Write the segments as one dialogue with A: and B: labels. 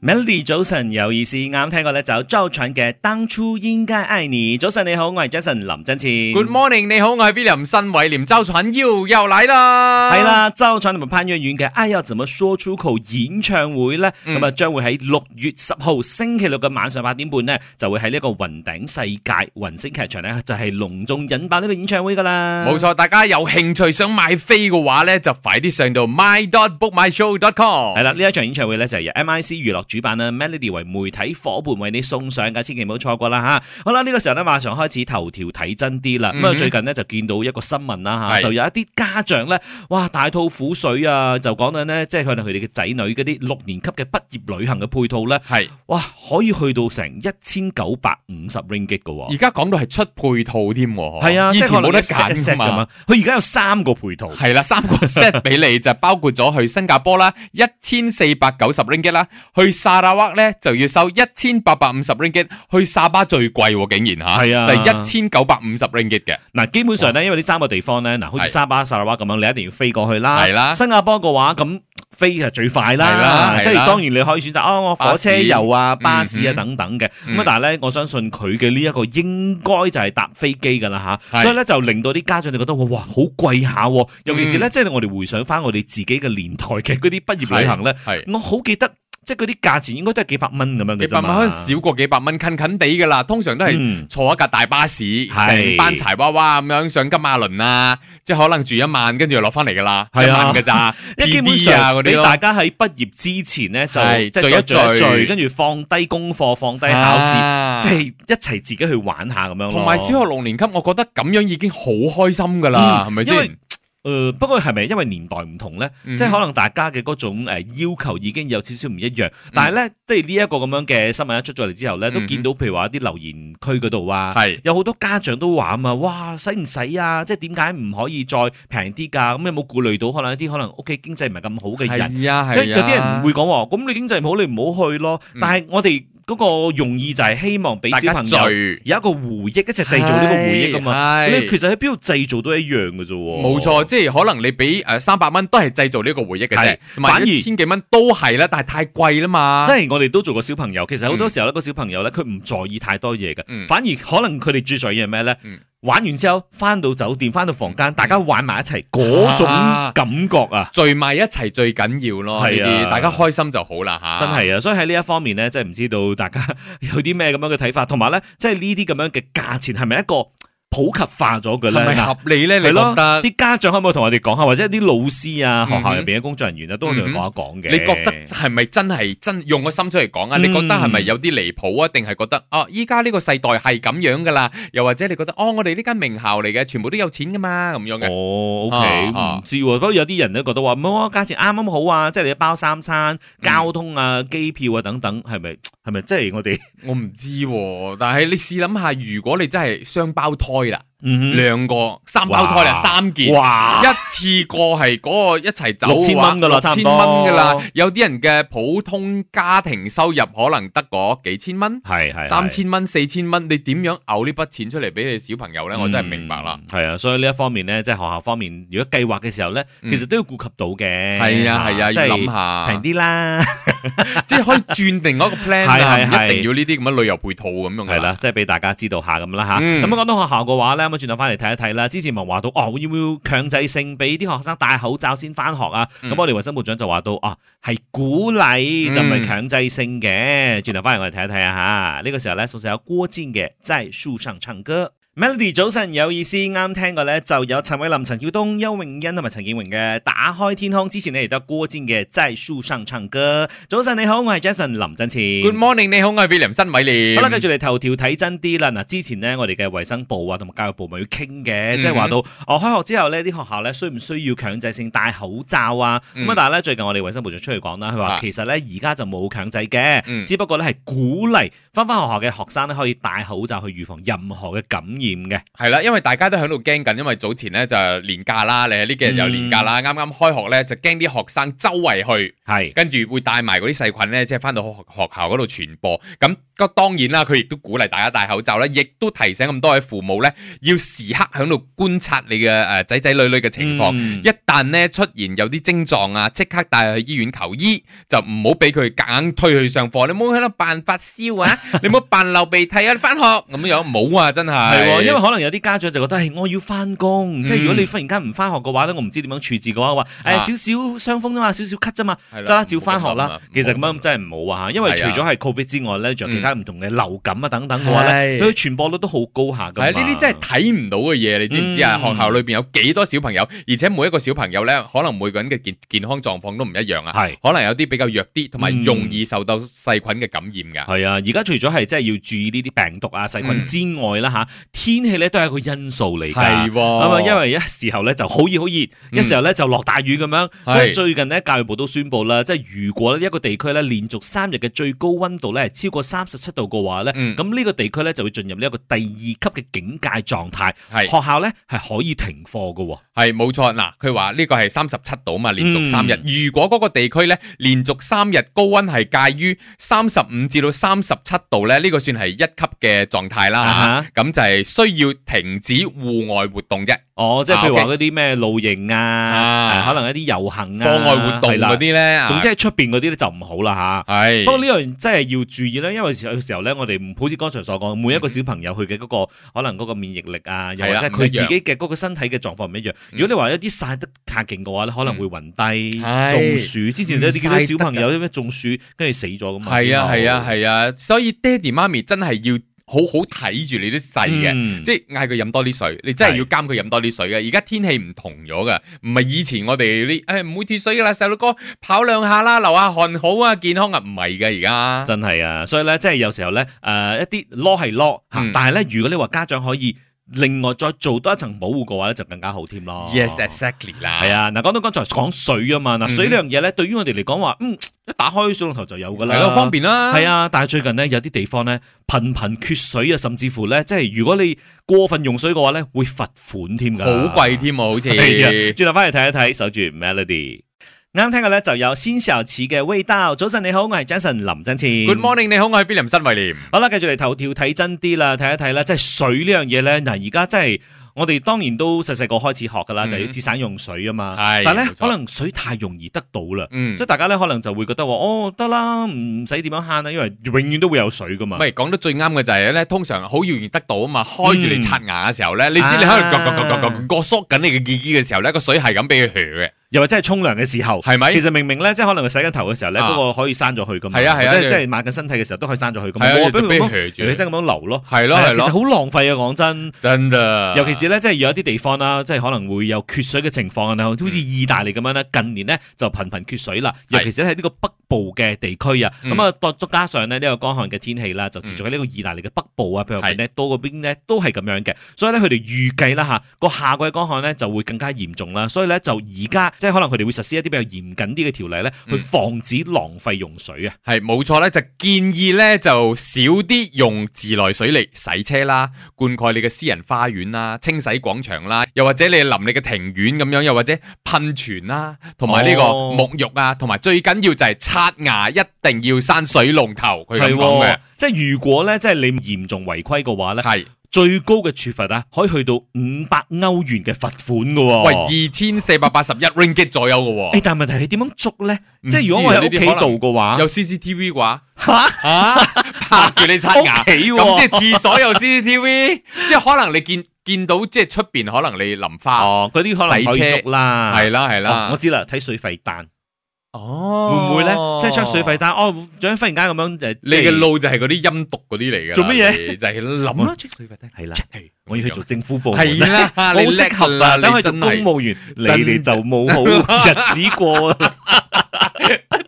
A: Melody 早晨有意思，啱聽過咧就周傳嘅《當初應該愛你》。早晨你好，我係 Jason 林振前。
B: Good morning，你好，我係 William 新偉廉周產耀又嚟啦，
A: 係，啦，周傳同埋潘越遠嘅《哎呀怎麼說出口》演唱會咧，
B: 嗯
A: 咁啊將會喺六月十號星期六嘅晚上八點半呢，就會喺呢一個雲頂世界雲星劇場咧，就係隆重引爆呢個演唱會噶啦。
B: 冇錯，大家有興趣想買飛嘅話咧，就快啲上到 my dot bookmyshow dot
A: 係
B: com。
A: 啦，呢一場演唱會咧就係由 MIC 娛樂主辦啦，Melody 為媒體伙伴為你送上嘅，千祈唔好錯過啦吓。好啦，呢、個時候咧馬上開始頭條睇真啲啦。咁啊、
B: 嗯哼
A: 最近呢，就見到一個新聞啦吓，
B: 係
A: 就有一啲家長咧，哇大吐苦水啊，就講緊呢，即係佢哋佢哋嘅仔女嗰啲六年級嘅畢業旅行嘅配套咧，
B: 係，
A: 哇可以去到成一千九百五十 ringgit 嘅喎。
B: 而家講到係出配套添喎，
A: 係啊，
B: 以
A: 即係
B: 前
A: 可能
B: 冇得
A: 一 set 一
B: 揀
A: set
B: 噶
A: 咁
B: 嘛
A: 啊。，佢而家有三個配套。
B: 係啦，三個 set 俾你就包括咗去新加坡啦，一千四百九十 ringgit 啦，去沙拉瓦咧就要收一千八百五十 ringgit，去沙巴最貴喎，竟然吓，
A: 係啊
B: 就一千九百五十 ringgit 嘅，
A: 嗱，基本上咧，因為呢三個地方咧，嗱，好似
B: 係
A: 沙巴、砂拉哇咁樣，你一定要飛過去啦。
B: 係啦
A: 新加坡嘅話，咁飛係最快
B: 係啦
A: 啦。
B: 係
A: 即係
B: 啦
A: 當然你可以選擇哦，我火車遊啊、
B: 巴
A: 巴
B: 士
A: 士啊
B: 嗯
A: 等
B: 哼
A: 等嘅。咁
B: 嗯
A: 啊，但係咧，我相信佢嘅呢一個應該就係搭飛機㗎啦
B: 係
A: 吓，所以咧就令到啲家長就覺得哇，好貴下喎。尤其是
B: 嗯
A: 咧，即係我哋回想翻我哋自己嘅年代嘅嗰啲畢業旅行咧，
B: 係。
A: 我好記得，即係嗰啲價錢應該都係幾百蚊咁樣嘅
B: 幾
A: 啫
B: 百蚊可
A: 嘛。
B: 能少過幾百蚊，近近地噶啦。通常都係
A: 嗯
B: 坐一架大巴士，成、
A: 係
B: 班柴娃娃咁樣上金馬倫啊，即係可能住一晚，跟住就落翻嚟噶啦，
A: 係啊
B: 一晚嘅咋？
A: 因為基本
B: PD 啊
A: 上
B: 嗰
A: 你
B: 啲
A: 大
B: 咯，
A: 家喺畢業之前咧就
B: 係
A: 即係
B: 聚
A: 聚
B: 一
A: 一
B: 聚
A: 聚，跟住放低功課，放低考試，
B: 啊
A: 即係一齊自己去玩下咁樣咯
B: 同埋小學六年級，我覺得咁樣已經好開心噶啦，係咪
A: 因為
B: 先？
A: 誒、不過係咪因為年代唔同咧？
B: 嗯
A: 即係可能大家嘅嗰種呃要求已經有少少唔一樣。但係咧，即係呢一個咁樣嘅新聞一出咗嚟之後咧，都見到譬如話啲留言區嗰度啊，
B: 係
A: 有好多家長都話啊嘛，哇，使唔使啊？即係點解唔可以再平啲㗎？咁有冇顧慮到可能一啲可能屋企經濟唔係咁好嘅人？
B: 係啊，係啊，嗯
A: 即係有啲人唔會講喎，咁你經濟唔好，你唔好去咯。但係我哋嗰個用意就係希望俾
B: 大
A: 小
B: 家
A: 朋友
B: 聚，
A: 有一個回憶，一齊製造呢個回憶啊嘛。
B: 係
A: 你其實喺邊度製造都一樣嘅啫喎。
B: 冇錯，，即係可能你俾誒三百蚊都係製造呢個回憶嘅啫
A: 係，
B: 同埋
A: 反而
B: 一千幾蚊都係啦，但係太貴啦嘛。
A: 即係我哋都做過小朋友，其實好多時候呢個小朋友咧，佢唔在意太多嘢嘅，
B: 嗯
A: 反而可能佢哋最在意係咩咧
B: 嗯？
A: 玩完之後翻到酒店，翻到房間，大家玩埋一齊嗰種
B: 啊
A: 感覺啊！
B: 聚埋一齊最緊要咯，呢
A: 係啊
B: 啲大家開心就好啦吓。
A: 真係啊！所以喺呢一方面咧，真係唔知道大家 有啲咩咁樣嘅睇法，同埋咧，即係呢啲咁樣嘅價錢係咪一個普及化咗嘅咧？
B: 係咪合理咧？
A: 嗱
B: 你覺
A: 係咯，
B: 得？
A: 啲家長可唔可以同我哋講下，或者啲老師啊、學
B: 嗯哼
A: 校入邊嘅工作人員啊，都可以同我哋講一講嘅。
B: 你覺得係咪真係真用個心出嚟講啊？
A: 嗯
B: 你覺得係咪有啲離譜啊？定係覺得哦，依家呢個世代係咁樣噶啦？又或者你覺得哦，我哋呢間名校嚟嘅，全部都有錢噶嘛？咁樣嘅
A: 哦，OK，
B: 啊啊
A: 唔知喎。不過有啲人咧覺得話，唔好啊，價錢啱啱好啊，即係你包三
B: 嗯
A: 餐、交通啊、機票啊等等，係咪係咪即係我哋？
B: 我唔知喎。但係你試諗下，如果你真係雙胞胎啦，
A: 嗯哼
B: 兩個三胞胎啦，
A: 哇
B: 三 件。
A: 哇！
B: 一次過係嗰個一齊走
A: 六千蚊㗎啦
B: 六千
A: 差唔多
B: 蚊㗎啦。有啲人嘅普通家庭收入可能得嗰幾千蚊、
A: 係係
B: 三。千蚊、四千蚊，你點樣嘔呢筆錢出嚟俾你小朋友咧？我真係唔明白啦。
A: 嗯。係啊，所以呢一方面咧，即係學校方面，如果計劃嘅時候咧，其實都要顧及到嘅。
B: 嗯係啊係啊，
A: 即
B: 要
A: 係
B: 諗下
A: 平，啲啦，
B: 即係可以轉另外一個 plan
A: 係
B: 啊，
A: 係
B: 唔
A: 係
B: 一定要呢啲咁嘅旅遊配套咁樣㗎
A: 係啦，，即係俾大家知道下咁啦吓。
B: 嗯
A: 咁啊講到學校嘅話咧，咁啊轉頭翻嚟睇一睇啦。之前咪話到哦，要唔要強制性俾啲學生戴口罩先翻學啊？
B: 嗯
A: 咁我哋衞生部長就話到啊，係鼓勵
B: 嗯
A: 就唔係強制性嘅。轉頭翻嚟我哋睇一睇啊吓。呢個時候咧，送上有郭靖嘅《在樹上唱歌》。Melody 早晨有意思，啱聽過咧就有陳偉林、陳曉東、邱永欣同埋陳建榮嘅《打開天空》。之前咧亦都有郭靖嘅《在樹上唱歌》。早晨你好，我係 Jason 林振前。
B: Good morning，你好，我係 William 新偉廉。
A: 好啦，繼續嚟頭條睇真啲啦。嗱，之前呢，我哋嘅衛生部啊，同埋教育部咪要傾嘅，
B: 嗯
A: 即係話到哦，開學之後呢，啲學校呢，需唔需要強制性戴口罩啊？咁啊，但係呢，最近我哋衛生部長出去講啦，佢
B: 嗯啊
A: 話其實呢，而家就冇強制嘅，
B: 嗯
A: 只不過呢係鼓勵翻翻學校嘅學生呢，可以戴口罩去預防任何嘅感染驗嘅。
B: 係啦，因為大家都喺度驚緊，因為早前咧就年假啦，你呢幾日有年假啦，啱啱開學咧就驚啲學生周圍去，
A: 係
B: 跟住會帶埋嗰啲細菌咧，即係翻到學學校嗰度傳播。咁個當然啦，佢亦都鼓勵大家戴口罩啦，亦都提醒咁多位父母咧，要時刻喺度觀察你嘅誒仔仔女女嘅情況。
A: 嗯
B: 一旦咧出現有啲症狀啊，即刻帶佢去醫院求醫，就唔好俾佢夾硬推去上課。你唔好喺度扮發 燒啊，你唔好扮流鼻涕啊，你翻學咁樣冇啊，真
A: 係
B: 係。
A: 喎，因為可能有啲家長就覺得，係我要翻工，即係如果你忽然間唔翻學嘅話咧，我唔知點樣處置嘅話，話
B: 啊
A: 誒少少傷風啫嘛，少少咳啫嘛，
B: 係啦
A: 得啦，照翻學
B: 唔好咁諗
A: 啦
B: 啊。
A: 其實咁
B: 唔好咁
A: 樣真係唔好啊嚇，因為除
B: 係啊
A: 咗係 Covid 之外咧，仲有其他唔同嘅流感啊等等嘅話咧，
B: 嗯係
A: 佢傳播率都好高下㗎
B: 係呢啲真係睇唔到嘅嘢，你知唔知啊？
A: 嗯
B: 學校裏邊有幾多小朋友，而且每一個小朋友呢，可能每個人嘅健健康狀況都唔一樣啊。
A: 係
B: 可能有啲比較弱啲，同埋
A: 嗯
B: 容易受到細菌嘅感染㗎。
A: 係啊，而家除咗係即係要注意呢啲病毒啊細菌之外啦吓，天氣咧都係一個因素嚟㗎。
B: 嗯喎，嗯
A: 咁啊，因為一時候咧就好熱好熱，一時候咧就落大雨咁樣，
B: 係
A: 所以最近呢，教育部都宣布啦，即係如果一個地區咧連續三日嘅最高温度咧係超過三十七度嘅話咧，
B: 嗯
A: 咁呢個地區咧就會進入呢一個第二級嘅警戒狀態，
B: 係
A: 學校咧係可以停課嘅喎。
B: 係冇錯嗱，佢話呢個係三十七度嘛，連續
A: 嗯
B: 三日。如果嗰個地區呢，連續三日高温係介於三十五至到三十七度呢，呢、個算係一級嘅狀態
A: 啊
B: 啦
A: 哈。
B: 咁、就係需要停止戶外活動嘅。
A: 哦，即係譬如話
B: 啊，OK
A: 嗰啲咩露營啊，
B: 啊
A: 可能一啲遊行啊，
B: 課外活動
A: 係啦
B: 嗰，啲啊嗯呢，
A: 總之係出邊嗰啲咧就唔好啦吓。
B: 係
A: 不過呢樣真係要注意啦，因為有時候咧，我哋唔好似剛才所講，每一個小朋友佢嘅嗰個可能嗰個免疫力啊，又或者係佢
B: 唔一樣嗯
A: 自己嘅嗰個身體嘅狀況唔一樣。如果你話一啲曬得太勁嘅話咧，可能會暈低、
B: 係
A: 中暑。之前有啲見到小朋
B: 唔曬
A: 友咩中暑，跟住死咗咁嘛。
B: 係啊係啊
A: 係
B: 係啊，所以爹哋媽咪真係要好好睇住你啲細嘅。
A: 嘅，
B: 即係嗌佢飲多啲水，你真係
A: 嗯係
B: 要監佢飲多啲水嘅。而家天氣唔同咗嘅，唔係以前我哋呢，誒唔會脱水噶啦，細路哥跑兩下啦，流下汗好啊，健康啊，唔係嘅而家。
A: 真係啊！所以咧，即係有時候咧，誒一啲攞係攞嚇
B: 嗯，
A: 但係咧，如果你話家長可以另外再做多一層保護嘅話咧，就更加好添咯。
B: Yes, exactly 啦。
A: 系，啊，嗱，講到剛才講水啊嘛，嗱，
B: 嗯
A: 水呢樣嘢咧，對於我哋嚟講話，嗯，一打開水龍頭就有噶啦，
B: 係咯，方。便啦。
A: 係啊，但係最近呢，有啲地方咧頻頻缺水啊，甚至乎咧，即係如果你過分用水嘅話咧，會罰款添㗎，
B: 好貴添啊，好似。
A: 係啊，轉頭翻嚟睇一睇，守住 Melody。啱聽嘅咧就有先兆似嘅味道。早晨你好，我係 Jason 林振前。
B: Good morning，你好，我係 William 新維廉。
A: 好啦，繼續嚟頭條睇真啲啦，睇一睇啦，即係水呢樣嘢咧，嗱而家真係我哋當然都細細個開始學噶啦，
B: 嗯
A: 就要節省用水啊嘛。
B: 係
A: 但係咧
B: 冇錯
A: 可能水太容易得到啦，
B: 嗯
A: 所以大家咧可能就會覺得話哦得啦，唔使點樣慳啦，因為永遠都會有水噶嘛
B: 唔。係講得最啱嘅就係咧，通常好容易得到啊嘛。開住
A: 嗯
B: 嚟刷牙嘅時候咧，你知你
A: 啊
B: 喺度割割割割割割縮緊你嘅耳機嘅時候咧，個水係咁俾佢血嘅，
A: 又或者係沖涼嘅時候。
B: 係啊咪
A: 其？實明明咧，即係可能佢洗緊頭嘅時候咧，
B: 啊
A: 嗰個可以閂咗佢噶嘛。
B: 係啊係啊
A: 或者
B: 你
A: 即係抹緊身體嘅時候都可以閂咗佢噶嘛。
B: 係啊
A: 我俾
B: 就俾佢
A: 佢
B: 挾住
A: 咁，你真係咁樣流咯。
B: 係咯
A: 係啊
B: 係
A: 其實
B: 咯，
A: 好浪費啊！講真。
B: 真㗎。
A: 尤其是咧，即係有一啲地方啦，即係可能會有缺水嘅情況啊，好似意大利咁樣咧，近年咧就頻頻缺水啦。尤
B: 嗯係
A: 其是喺呢個北部嘅地區啊，
B: 嗯
A: 咁啊，再再加上咧呢個乾旱嘅天氣啦，就持續喺呢個意大利嘅北部啊，譬如話
B: 係
A: 咧多嗰邊咧都係咁樣嘅，所以咧佢哋預計啦嚇個夏季乾旱咧就會更加嚴重啦，所以咧就而家即係可能佢哋會實施一啲比較嚴謹啲嘅條例咧，去
B: 嗯
A: 防止浪費用水啊。
B: 係冇錯咧，就建議咧就少啲用自來水嚟洗車啦，灌溉你嘅私人花園啦、清洗廣場啦，又或者你淋你嘅庭院咁樣，又或者噴泉啦，同埋呢個
A: 哦
B: 沐浴啊，同埋最緊要就係刷牙一定要閂水龍頭，佢咁
A: 係
B: 講
A: 喎
B: 嘅，
A: 即係如果咧，即係你嚴重違規嘅話咧。
B: 係
A: 最高嘅處罰啊，可以去到五百歐元嘅罰款嘅喎。
B: 喂二千四百八十一 ringgit 左右
A: 誒
B: 嘅喎，
A: 但係問題係點樣捉咧？
B: 唔
A: 即係如果我喺屋企度嘅話，
B: 有 CCTV 嘅話
A: 嚇
B: 嚇拍住你刷 牙
A: 屋。企
B: 咁
A: 喎。
B: 即係廁所有 CCTV，即 係可能你見見到即係出邊可能你淋花，
A: 哦，嗰啲可能可以捉啦。
B: 係啦係
A: 哦
B: 啦
A: 我。知啦，睇水費單會
B: 哦
A: 唔會咧？即係 check 水費單，哦，總之忽然間咁樣誒，
B: 你嘅路就係嗰啲陰毒嗰啲嚟㗎啦。
A: 做乜嘢
B: 嘢？就係諗
A: 我
B: 啦，check 水費單
A: 係啦
B: check 係
A: 我要去做政府部門
B: 係啦，
A: 我好
B: 你叻
A: 適合
B: 啦
A: 啊！等
B: 你
A: 佢做
B: 真
A: 公
B: 係
A: 務員，你
B: 真
A: 哋就冇好日子過啊！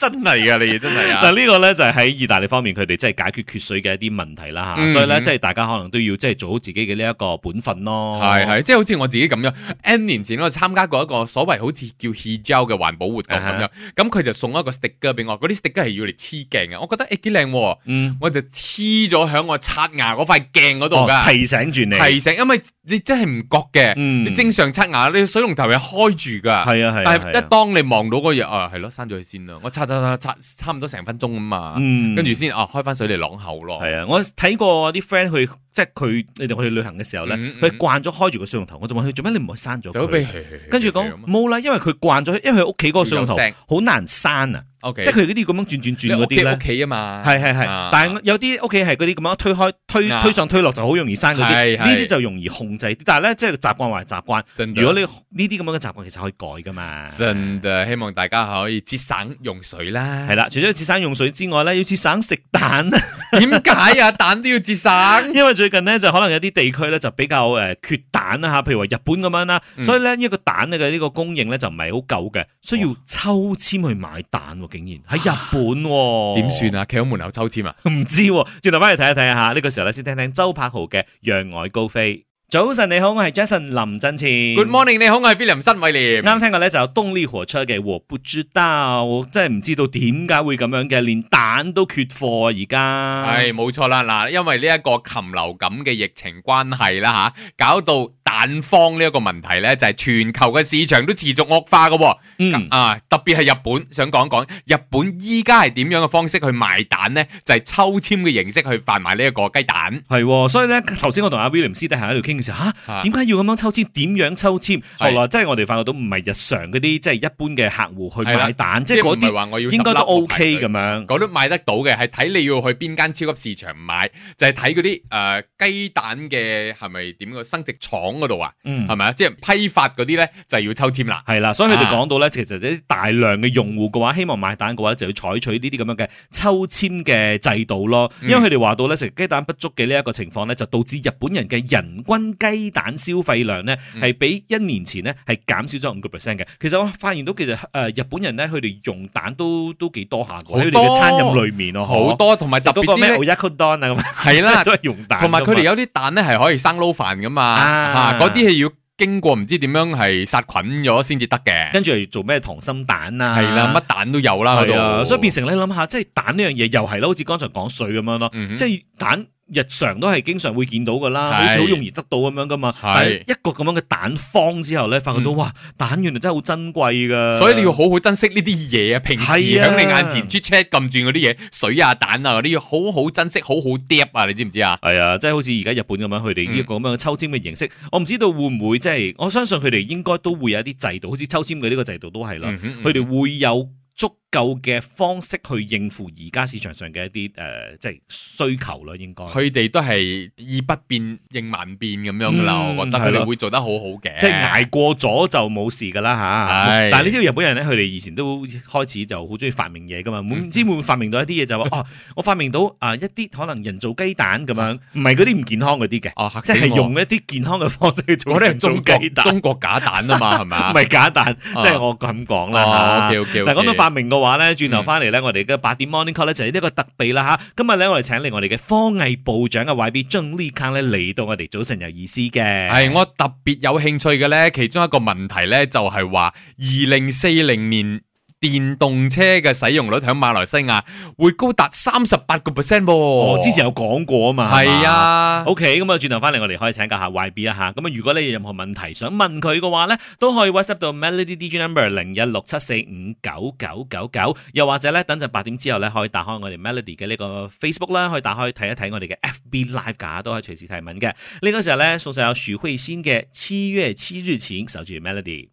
B: 真係噶你真係啊！
A: 嗱呢個咧就係喺意大利方面佢哋即係解決缺水嘅一啲問題啦
B: 嗯
A: 嚇，所以咧即係大家可能都要即係做好自己嘅呢一個本分咯。
B: 係係，即係好似我自己咁樣，N 年前我參加過一個所謂好似叫 Hijau 嘅環保活
A: 啊
B: 動咁樣，咁佢就送一個 sticker 俾我，嗰啲 sticker 係要嚟黐鏡嘅，我覺得欸誒幾靚喎，
A: 嗯，
B: 我就黐咗喺我刷牙嗰塊鏡嗰度
A: 哦
B: 㗎，
A: 提醒住你，
B: 提醒，因為你真係唔覺嘅，
A: 嗯
B: 你正常刷牙你水龍頭係開住㗎。
A: 係啊係啊
B: 但係
A: 係
B: 一
A: 啊，
B: 當你望到嗰嘢啊，係咯，刪咗佢先啦。我刷刷刷刷，差唔多成分鐘啊嘛，
A: 嗯
B: 跟住先啊，開翻水嚟啷口咯。
A: 係啊，我睇過啲 friend 去即係佢你哋去旅行嘅時候咧，
B: 嗯嗯
A: 佢慣咗開住個水龍頭，我就問佢做咩你唔去閂咗
B: 就俾
A: 佢？跟住講冇啦，因為佢慣咗，因為佢屋企嗰個水龍頭
B: 要有聲
A: 好難閂啊，
B: ，O K，
A: 即係佢嗰啲咁樣轉轉轉嗰啲
B: 你屋企
A: 咧
B: 屋。企啊嘛，
A: 係係係
B: 啊，
A: 但係有啲屋企係嗰啲咁樣推開推
B: 啊
A: 推上推落就好容易生嗰
B: 係
A: 啲，
B: 係嗯
A: 呢啲就容易控制啲。但係咧，即係習慣還係習慣。
B: 真的
A: 如果你呢啲咁樣嘅習慣，其實可以改噶嘛。
B: 真嘅，希望大家可以節省用水啦。
A: 係啦，除咗要節省用水之外咧，要節省食蛋，啊
B: 點 解啊？蛋都要節省。
A: 因為最近咧就可能有啲地區咧就比較誒缺蛋啊啦嚇，譬如話日本咁樣啦，
B: 嗯
A: 所以咧呢一個蛋嘅呢個供應咧就唔係好夠嘅，需
B: 哦
A: 要抽籤去買蛋喎，竟然喺日本喎
B: 點算啊？企喺門口抽籤啊！
A: 唔知喎，轉頭翻嚟睇一睇下，呢、個時候咧先聽聽周柏豪嘅《讓愛高飛》。早晨你好，我係 Jason 林振前。
B: Good morning，你好，我係 William 新偉
A: 嗯
B: 廉。
A: 啱聽過咧就有動力火車嘅我不知道，我真係唔知道點解會咁樣嘅，連蛋都缺貨啊而家。
B: 係冇錯啦，嗱，因為呢一個禽流感嘅疫情關係啦吓，搞到蛋荒呢一個問題呢，就係、全球嘅市場都持續惡化嘅喎、
A: 嗯
B: 啊，特別係日本，想講講日本依家係點樣嘅方式去賣蛋呢？就係、抽籤嘅形式去販賣呢一個雞蛋。
A: 係喎，所以咧，頭先我同阿 William 師弟喺度傾嘅時候，
B: 啊
A: 嚇點解要咁樣抽籤？點樣抽籤？後
B: 係
A: 來真係我哋發覺到唔係日常嗰啲，即係一般嘅客戶去
B: 係啦
A: 買蛋，即係嗰
B: 唔係話我要
A: 啲應該都
B: 10粒我排
A: OK
B: 隊
A: 咁樣。
B: 我都買得到嘅，係睇你要去邊間超級市場買，就係睇嗰啲誒雞蛋嘅係咪點個生殖廠嗰度啊，
A: 嗯
B: 係咪啊？即係批發嗰啲呢，就係要抽籤啦。
A: 係啦，所以佢哋
B: 啊
A: 講到咧，其實啲大量嘅用戶嘅話，希望買蛋嘅話，就要採取呢啲咁樣嘅抽籤嘅制度咯。
B: 嗯
A: 因為佢哋話到咧，食雞蛋不足嘅呢一個情況咧，就導致日本人嘅人均雞蛋消費量咧
B: 嗯
A: 係比一年前咧係減少咗五個 percent 嘅。其實我發現到其實呃誒日本人咧，佢哋用蛋都都幾多下
B: 好多
A: 嘅喺佢哋嘅餐飲裏面咯，啊
B: 好多同埋
A: 特
B: 特別
A: 別個
B: 啲
A: 咩
B: 呢
A: o y a k u d o n 啊咁，
B: 係啦，
A: 都係用蛋㗎嘛。
B: 同埋佢哋有啲蛋咧係可以生撈飯噶嘛，
A: 啊
B: 嚇嗰啲係要經過唔知點樣係殺菌咗先至得嘅，
A: 跟住係做咩溏心蛋啊，
B: 係啦，乜蛋都有啦嗰
A: 係啊，
B: 度，
A: 所以變成你諗下，即係蛋呢樣嘢又係啦，好似剛才講水咁樣咯，
B: 嗯哼
A: 即係蛋日常都係經常會見到噶啦，
B: 係
A: 好似好容易得到咁樣噶嘛。
B: 係
A: 但係一個咁樣嘅蛋荒之後咧，發覺到
B: 嗯
A: 哇，蛋原來真係好珍貴噶。
B: 所以你要好好珍惜呢啲嘢啊！平時
A: 呃係啊
B: 喺你眼前 c h a t 撳住嗰啲嘢，水啊蛋啊嗰啲，要好好珍惜，好好嗒啊！你知唔知啊？
A: 係啊，即係好似而家日本咁樣，佢
B: 嗯
A: 哋呢一個咁樣嘅抽籤嘅形式，我唔知道會唔會即係，我相信佢哋應該都會有一啲制度，好似抽籤嘅呢個制度都係啦
B: 嗯，哼
A: 佢哋會有足夠嘅方式去應付而家市場上嘅一啲誒、呃即係需求啦，應該。
B: 佢哋都係以不變應萬變咁樣噶啦，
A: 嗯
B: 我覺得
A: 係
B: 佢哋
A: 咯
B: 會做得好好嘅，
A: 即係捱過咗就冇事噶啦吓
B: 係，
A: 但係你知道日本人咧，佢哋以前都開始就好中意發明嘢噶嘛，
B: 嗯
A: 唔知會唔會發明到一啲嘢就話哦，我發明到啊一啲可能人造雞蛋咁
B: 哦
A: 樣，唔係嗰啲唔健康嗰啲嘅，
B: 哦，嚇
A: 即
B: 死
A: 係
B: 我
A: 用一啲健康嘅方式去做
B: 我哋係
A: 人造
B: 中
A: 雞
B: 國
A: 蛋，
B: 中國假蛋 啊嘛，係咪
A: 唔
B: 啊？
A: 係假蛋，
B: 哦
A: 即係我咁講
B: 哦
A: 啦吓。
B: ，OK，OK，OK
A: 嗱，講到發明嘅話咧，轉頭翻嚟咧，我哋嘅八點 Morning Call 咧就係呢一個特備啦
B: 嗯
A: 吓。今日咧，我哋請嚟我哋嘅科藝部長嘅 YB 張呢康咧嚟到我哋早晨有意思嘅。
B: 系我特別有興趣嘅咧，其中一個問題咧就係話，二零四零年電動車嘅使用率喺馬來西亞會高達三十八個 percent 喎。
A: 我
B: 我
A: 哦之前有講過啊嘛，係
B: 係
A: 嘛。
B: 啊，
A: OK，咁啊，轉頭翻嚟，我哋可以請教下 YB 啦嚇。咁啊，如果你有任何問題想問佢嘅話咧，都可以 WhatsApp 到 Melody DJ number 零一六七四五九九九九，又或者咧，等陣八點之後咧，可以打開我哋 Melody 嘅呢個 Facebook 啦，可以打開睇一睇我哋嘅 FB Live 㗎，都可以隨時提問嘅。呢、個時候咧，送上有許慧欣嘅《七月七日晴》，守住 Melody。